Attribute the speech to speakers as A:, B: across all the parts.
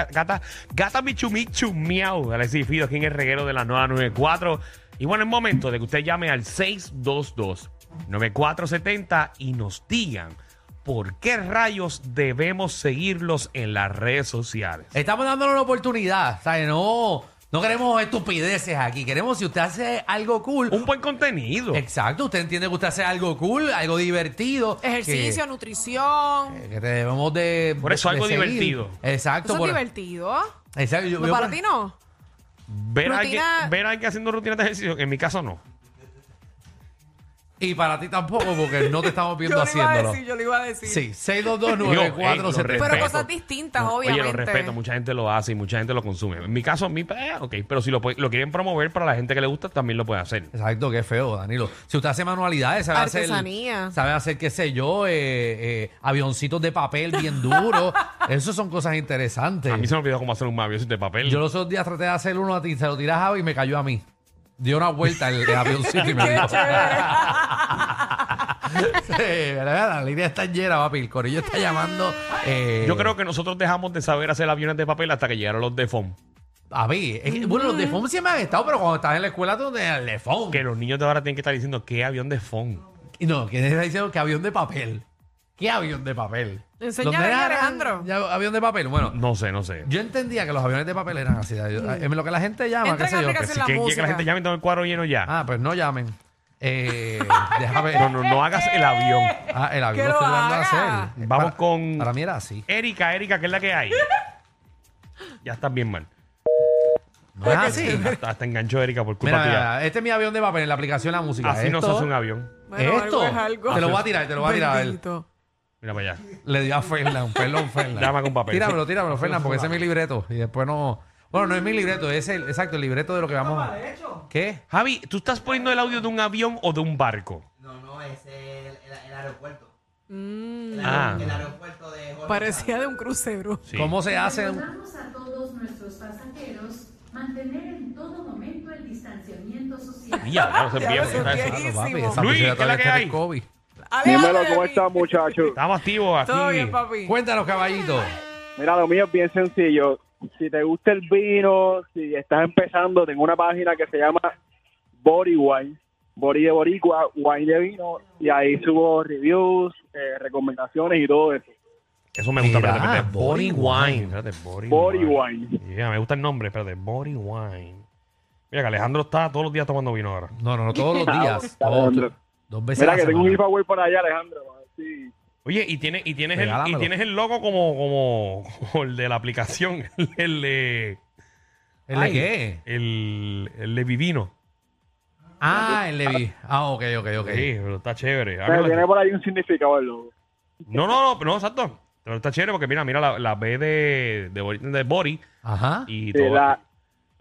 A: Gata, Gata Michumichu Miau, Alexis Fido, aquí en el reguero de la 994. Y bueno, es momento de que usted llame al 622-9470 y nos digan por qué rayos debemos seguirlos en las redes sociales.
B: Estamos dándole una oportunidad, ¿sabes? No, no queremos estupideces aquí. Queremos si usted hace algo cool.
A: Un buen contenido.
B: Exacto, usted entiende que usted hace algo cool, algo divertido. que- Eh,
C: Ejercicio, nutrición.
B: Que, te debemos de.
A: Por eso
B: de
A: algo
B: seguir.
A: divertido.
B: Exacto.
C: Eso
B: por-
C: es divertido.
B: Exacto, yo-
C: ¿No
B: yo-
C: para ti no?
A: Ver a, alguien,
C: Rutina-
A: ver a alguien haciendo rutinas de ejercicio, en mi caso no.
B: Y para ti tampoco, porque no te estamos viendo haciéndolo.
C: yo lo iba a decir.
A: Yo,
B: Sí,
A: hey, lo
B: 6229470.
C: Pero
A: Respeto.
C: cosas distintas,
A: Oye,
C: obviamente.
A: lo respeto, mucha gente lo hace y mucha gente lo consume. En mi caso, mi, eh, ok, pero si lo, puede- lo quieren promover para la gente que le gusta, también lo puede hacer.
B: Exacto, qué feo, Danilo. Si usted hace manualidades, sabe
C: Artesanía.
B: hacer. Sabe hacer, qué sé yo, eh, eh, avioncitos de papel bien duro. Eso son cosas interesantes.
A: A mí se me olvidó cómo hacer un mavioso de papel.
B: Yo los otros días traté de hacer uno a ti, se lo tiras a Javi y me cayó a mí. Dio una vuelta el, el avioncito y me
C: Qué
B: dio.
C: chévere.
B: Sí, la, verdad, la línea está llena, papi. El corillo está llamando. eh,
A: Yo creo que nosotros dejamos de saber hacer aviones de papel hasta que llegaron los de FOM.
B: A mí. es que, bueno, los de FOM siempre han estado, pero cuando estabas en la escuela, tú no tenías el de FOM.
A: Que los niños de ahora tienen que estar diciendo qué avión de FOM.
B: No, que está diciendo que avión de papel. ¿Qué avión de papel?
C: Enséñale,
B: Los nenes eran-
C: Alejandro.
B: ya, avión de papel. Bueno,
A: No sé, no sé.
B: yo entendía que los aviones de papel eran así. Yo-
C: Mm.
B: En lo que la gente llama,
C: Entra
B: qué
C: en
B: sé yo.
C: aplicación
A: Que,
B: que-
C: La
A: que
C: música.
A: la gente llame y tome el cuadro lleno ya.
B: Ah, pues no llamen. Eh, déjame.
A: No, no, no hagas el avión.
B: Ah, el avión
C: Que
B: lo estoy
C: lo
B: dando a
C: haga.
B: hacer.
A: Vamos
B: Para-
A: con-
B: Para mí era así.
A: Erika, Erika, ¿qué es la que hay? ya estás bien mal.
B: No
C: Pues
B: es así. mira,
A: Hasta, hasta enganchó Erika por culpa tuya.
B: mira, este es mi avión de papel en la aplicación La Música.
A: Así no se
B: Esto-
A: hace un avión.
C: Bueno,
B: esto.
C: algo es algo.
B: Te lo voy a tirar, te lo voy a tirar. a ver.
C: Bendito.
A: Mira para allá.
B: Le dio a Fernan, Fernan, Fernan.
A: Dame con papel.
B: Tíramelo, tíramelo, Fernan, porque ese es mi libreto. Y después no. Bueno, no es mi libreto, es el, exacto, el libreto de lo que vamos a. ¿Qué?
A: Javi, ¿tú estás poniendo el audio de un avión o de un barco?
D: No, no, es el, el, el aeropuerto.
C: Mm,
D: El,
A: Ah.
D: aer- el aeropuerto de Jorge
C: parecía de un crucero.
A: Sí.
B: ¿Cómo se hace? un-
E: Recordamos a todos nuestros pasajeros mantener en todo momento el distanciamiento social.
A: Ya, no se
C: Ya lo
A: enviamos, ¿sabes?
C: sentí.
B: Claro, papi,
C: Luis,
B: esa piscina
A: ¿qué
B: todavía
A: es la que
B: está en
A: hay?
B: el COVID.
C: Aléjate
F: Dímelo,
C: de
F: ¿cómo
C: mí.
F: estás, muchachos?
A: Estamos activos aquí.
C: Todo bien, papi.
B: Cuéntanos, caballito.
F: Mira, lo mío es bien sencillo. Si te gusta el vino, si estás empezando, tengo una página que se llama Body Wine. Body de boricua, wine de vino. Y ahí subo reviews, eh, recomendaciones y todo eso.
A: Eso me gusta,
B: Mira,
A: espérate, espérate. Body
B: Body
A: Wine. Espérate, Body,
F: Body
A: Wine. Yeah, me gusta el nombre, espérate. Body Wine. Mira que Alejandro está todos los días tomando vino ahora.
B: No, no, no, todos los días. todos-
F: Alejandro.
B: dos veces. a
F: Mira
B: la
F: que tengo un
B: semana.
F: giveaway por allá, Alejandro. a ver si-
A: Oye, y, tiene, y, tienes, el, y
B: Regálamelo.
A: tienes el logo como, como, como el de la aplicación, el, el de...
B: ¿El de
A: Ay,
B: qué?
A: El, el de Vivino.
B: Ah, el Levi. Ah, ok, ok, ok.
A: Sí, pero está chévere.
F: Pero
A: Hágalo.
F: tiene por ahí un significado el logo.
A: No, no, no, no, exacto. Pero está chévere porque mira, mira la, la B de, de, Bori- de Bori
B: Ajá.
A: y
F: Sí,
A: todo.
F: la,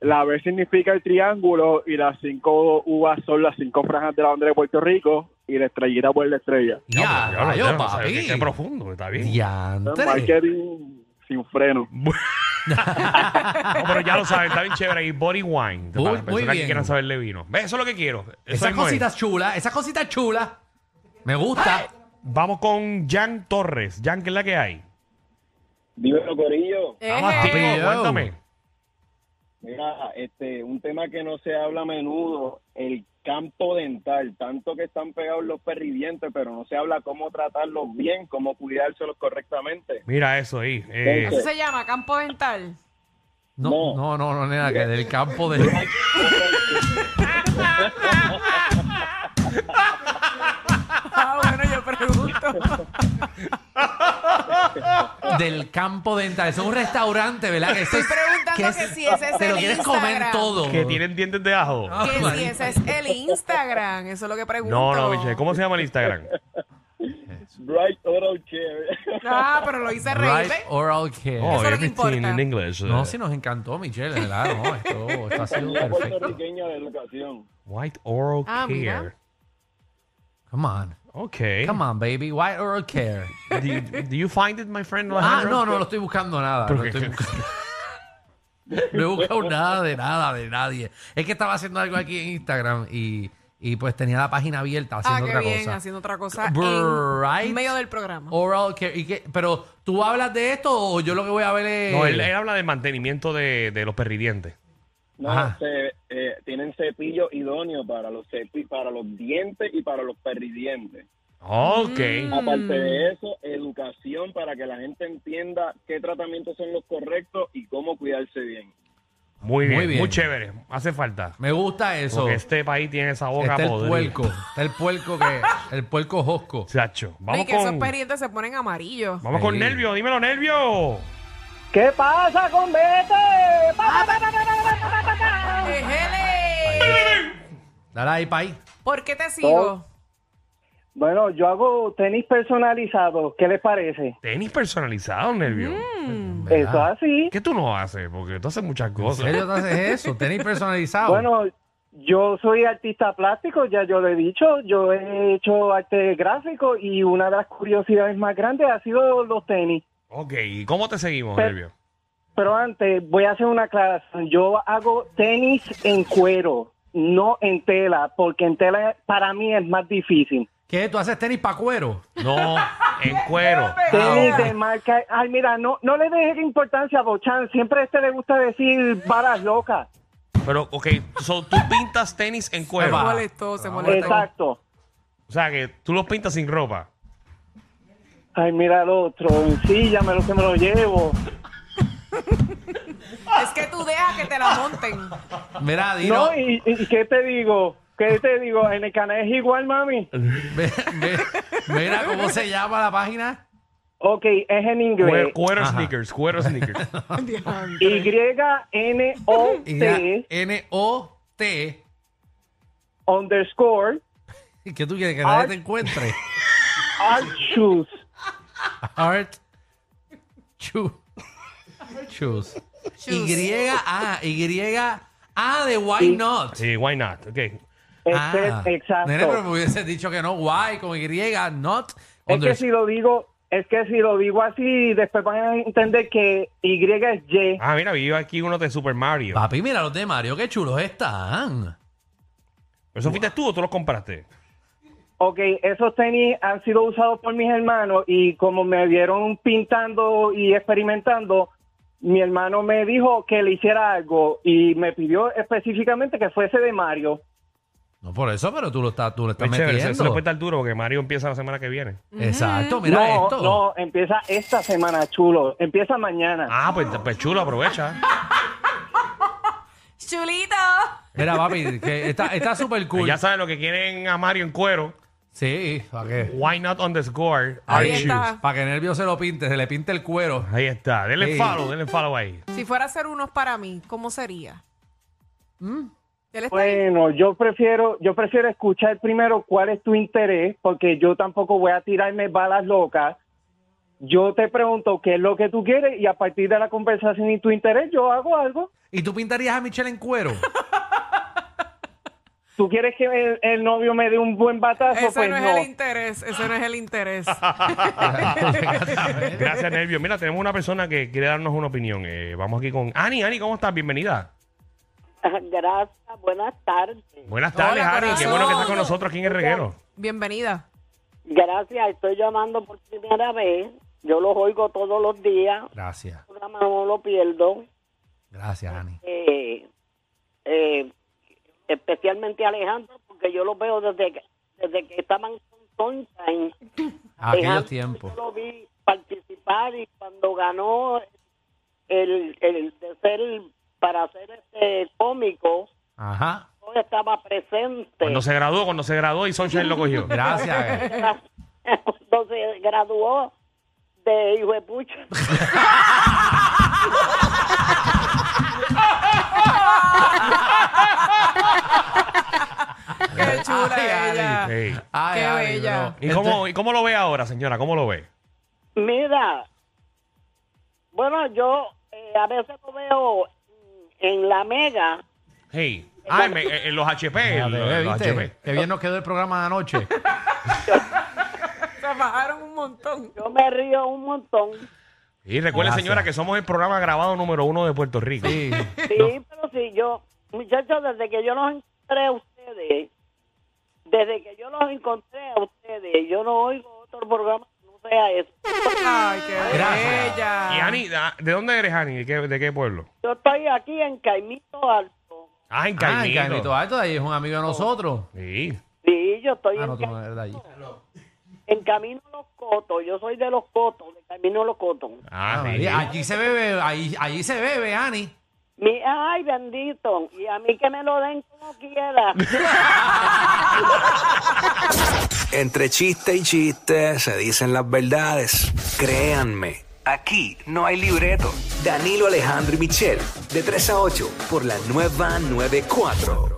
F: la B significa el triángulo y las cinco uvas son las cinco franjas de la bandera de Puerto Rico y la estrellita por la estrella.
B: Ya,
A: pero,
B: rayo,
A: no sabía
B: papi.
A: que- Qué profundo, está bien.
B: Diantre.
F: Marketing sin freno.
A: No, pero ya lo saben, está bien chévere. Y Body Wine.
B: Muy-
A: para las
B: muy
A: personas que
B: bien.
A: quieran saberle vino. Ve, Eso es lo que quiero. Eso
B: Esas
A: mismo es.
B: cositas chulas, esas cositas chulas. Me gusta.
A: Vamos con Jan Torres. Jan, ¿qué es la que hay?
G: Dímelo, Corillo.
B: Vamos a
C: Eje.
B: ti. Yo.
A: Cuéntame.
G: Mira, este, un tema que no se habla a menudo, el campo dental. Tanto que están pegados los perridientes, pero no se habla cómo tratarlos bien, cómo cuidárselos correctamente.
A: Mira eso ahí. Eh,
C: Eso se llama campo dental.
B: No,
G: No.
B: no, no, no, nena, que del campo del.
C: Ah, bueno, yo pregunto.
B: del campo dental. Es un restaurante, ¿verdad? Que eso
C: Estoy
B: es-
C: preguntando
B: que es-
C: que si ese es
B: Te lo
C: el
B: quieres comer
C: Instagram.
B: todo.
A: que tienen dientes de ajo.
B: Ah,
C: Que si
B: marica.
C: ese es el Instagram, eso es lo que pregunto.
A: No, no, biche. ¿Cómo se llama el Instagram?
G: Right Oral Care.
C: Ah, pero lo hice reír.
B: Right
C: ¿ves?
B: oral care.
A: Oh,
C: lo que
A: everything
C: importa.
A: in English.
B: No,
A: Eh,
B: si nos encantó, Michelle, ¿verdad? No, esto, esto ha sido
G: La
B: perfecto.
G: puertorriqueña de educación.
A: White Oral
C: Ah,
A: Care.
C: mira.
B: Come on.
A: Ok.
B: Come on, baby. White oral care.
A: Do, you, do you find it, my friend?
B: Ah,
A: Alejandro?
B: no, no, lo estoy buscando nada.
A: ¿Pero
B: No,
A: qué?
B: estoy buscando- no he buscado nada de nada, de nadie. Es que estaba haciendo algo aquí en Instagram y, y y pues tenía la página abierta haciendo
C: Ah, qué
B: otra
C: bien,
B: cosa. Oh,
C: haciendo otra cosa
B: Bright.
C: en medio del programa.
B: Oral care. ¿Y qué? Pero tú hablas de esto o yo lo que voy a ver es.
A: No, él, él habla de mantenimiento de, de los perridientes.
G: No,
B: Ajá.
G: se- eh, tienen cepillo idóneo para los cepi- para los dientes y para los perridientes.
A: Ok.
C: Mm.
G: Aparte de eso, educación para que la gente entienda qué tratamientos son los correctos y cómo cuidarse bien.
A: Muy bien,
B: Muy
A: muy
B: bien.
A: chévere. Hace falta.
B: Me gusta eso.
A: Porque este país tiene esa boca
B: está el
A: podrida.
B: puerco. Está el puerco que. El puerco josco.
A: Chacho,
C: y
A: vamos
C: que esos
A: con,
C: perrientes se ponen amarillos.
A: vamos con
B: Sí.
A: nervio, dímelo nervio.
F: ¿Qué pasa con Vete?
C: Eh, ¡Déjele!
B: Dale ahí, país.
C: ¿Por qué te sigo?
F: Bueno, yo hago tenis personalizados. ¿Qué les parece?
A: Tenis personalizado, nervio.
C: Mm.
B: ¿Verdad?
F: Eso así.
A: ¿Qué tú no haces? Porque tú haces muchas
B: ¿En
A: cosas.
B: serio te haces eso? Tenis personalizado.
F: Bueno, yo soy artista plástico, ya yo lo he dicho, yo he hecho arte gráfico y una de las curiosidades más grandes ha sido los tenis.
A: Ok, ¿y cómo te seguimos,
F: Pero-
A: nervio?
F: Pero antes voy a hacer una aclaración, yo hago tenis en cuero, no en tela, porque en tela para mí es más difícil.
B: ¿Qué? ¿Tú haces tenis pa' cuero?
A: No, en cuero.
F: Tenis
B: ok.
F: de marca, ay mira, no, no le dejes importancia a Bochan, siempre a este le gusta decir varas locas.
A: Pero, ok, so, tú pintas tenis en cuero.
B: Epa.
C: Se molestó, se molestó.
F: Exacto.
A: O sea, que tú los pintas sin ropa.
F: Ay, mira el otro, ensíllame lo que me lo llevo.
C: Es que tú dejas que te la monten.
B: Mira, Dino.
F: No, y, y- ¿qué te digo? ¿Qué te digo? En el canal es igual, mami.
B: ve- ve- mira cómo se llama la página.
F: Ok, es en
A: Cuero,
F: inglés.
A: cuero
B: Ajá.
A: sneakers, cuero sneakers.
F: Y-N-O-T
B: N-O-T.
F: underscore
B: ¿Y ¿Qué tú quieres? Que nadie te encuentre.
F: art shoes.
B: Art. Chu. Shoes. Y. A. Y. A de why not.
A: Sí, why not? Ok.
F: Este-
B: Ah.
F: exacto.
B: Nene, pero me hubiese dicho que no. Why con Y. Not.
F: es que
B: Unders-
F: si lo digo, es que si lo digo así, después van a entender que Y es Y.
A: Ah, mira, vivo aquí uno de Super Mario.
B: Papi, mira los de Mario. Qué chulos están.
A: ¿Eso fuiste tú o tú los compraste?
F: Ok, esos tenis han sido usados por mis hermanos y como me vieron pintando y experimentando, mi hermano me dijo que le hiciera algo y me pidió específicamente que fuese de Mario.
B: No por eso, pero tú lo estás, tú lo estás
A: Pues chévere, se, se
B: metiendo.
A: lo puede dar duro porque Mario empieza la semana que viene.
B: Exacto, mira
F: no,
B: esto.
F: no, empieza esta semana, chulo. Empieza mañana.
A: Ah, pues, pues chulo, aprovecha.
C: Chulito.
B: Mira, papi, que está está súper cool.
A: Ya saben lo que quieren a Mario en cuero.
B: Sí, para que,
A: Why not underscore our
C: Ahí está.
A: shoes?
B: para que Nervio se lo pinte, se le pinte el cuero.
A: Ahí está. Denle
B: Sí.
A: follow, denle follow ahí.
C: Si fuera a ser unos para mí, ¿cómo sería? ¿Mm? Él
B: Pues
C: está ahí.
F: Bueno, yo prefiero, yo prefiero escuchar primero cuál es tu interés, porque yo tampoco voy a tirarme balas locas. Yo te pregunto qué es lo que tú quieres y a partir de la conversación y tu interés yo hago algo.
B: ¿Y tú pintarías a Michelle en cuero?
F: ¿Tú quieres que el, el novio me dé un buen batazo?
C: Ese
F: pues
C: no
F: no.
C: es el interés, ese no es el interés.
A: Gracias, Nervio. Mira, tenemos una persona que quiere darnos una opinión. Eh, vamos aquí con Ani. Ani, ¿cómo estás? Bienvenida.
H: Gracias, buenas tardes.
A: Buenas tardes,
C: Hola,
A: Ani. Qué
C: corazón.
A: bueno que estás con nosotros aquí en el reguero.
C: Bienvenida.
H: Gracias, estoy llamando por primera vez. Yo los oigo todos los días,
B: Gracias,
H: el programa no lo pierdo.
B: gracias, Ani.
H: Eh, eh, especialmente Alejandro, porque yo los veo desde que, desde que estaban con Sunshine.
B: Aquellos
H: Alejandro,
B: tiempos.
H: Yo lo vi participar y cuando ganó el, el de ser para ser este cómico,
B: Ajá,
H: yo estaba presente.
A: Cuando se graduó, cuando se graduó y Sunshine lo cogió.
B: gracias. eh.
H: cuando se graduó de hijo de pucha.
C: Qué chula
B: Ay,
C: ella.
A: Ey.
B: Ay,
C: Qué
B: Ani,
C: bella.
B: bro. Este,
A: ¿Y cómo, ¿Y cómo lo ve ahora, señora? ¿Cómo lo ve?
H: Mira, bueno, yo eh, a veces lo veo en la mega.
A: Hey. Ah, en, en los HP. en
B: Fíjate,
A: los-
B: ve,
A: en los
B: ¿viste?
A: HP.
B: Qué bien nos quedó el programa de anoche.
C: Se bajaron un montón.
H: Yo me río un montón.
A: Y recuerde,
B: Gracias.
A: señora, que somos el programa grabado número uno de Puerto Rico.
B: Sí.
H: Sí, pero sí, yo, muchachos, desde que yo los encontré a ustedes,
F: Desde que yo los encontré a ustedes, yo no oigo otro programa que no sea eso.
C: Ay, qué
B: Gracias.
A: Y
C: bella.
A: Ani, ah, ¿de dónde eres, Ani? ¿De qué, de qué pueblo?
F: Yo estoy aquí en Caimito Alto.
A: Ah, en
B: Ah,
A: Caimito.
B: Caimito Alto, ahí es un amigo de nosotros.
A: Sí.
F: Sí, yo estoy
B: Ah,
F: en,
B: no, tú
F: Ca-
B: no eres de allí.
F: en Camino a Los Cotos. Yo soy de Los Cotos, de Camino a Los Cotos.
A: Ah,
B: Ah,
A: sí.
B: María, allí se bebe, ahí, allí se bebe, Ani.
F: Mi, ay, bendito. Y a mí que me lo den como quiera.
H: Entre chiste y chiste se dicen las verdades. Créanme, aquí no hay libreto. Danilo Alejandro y Michel, de 3 a 8, por la nueva 94.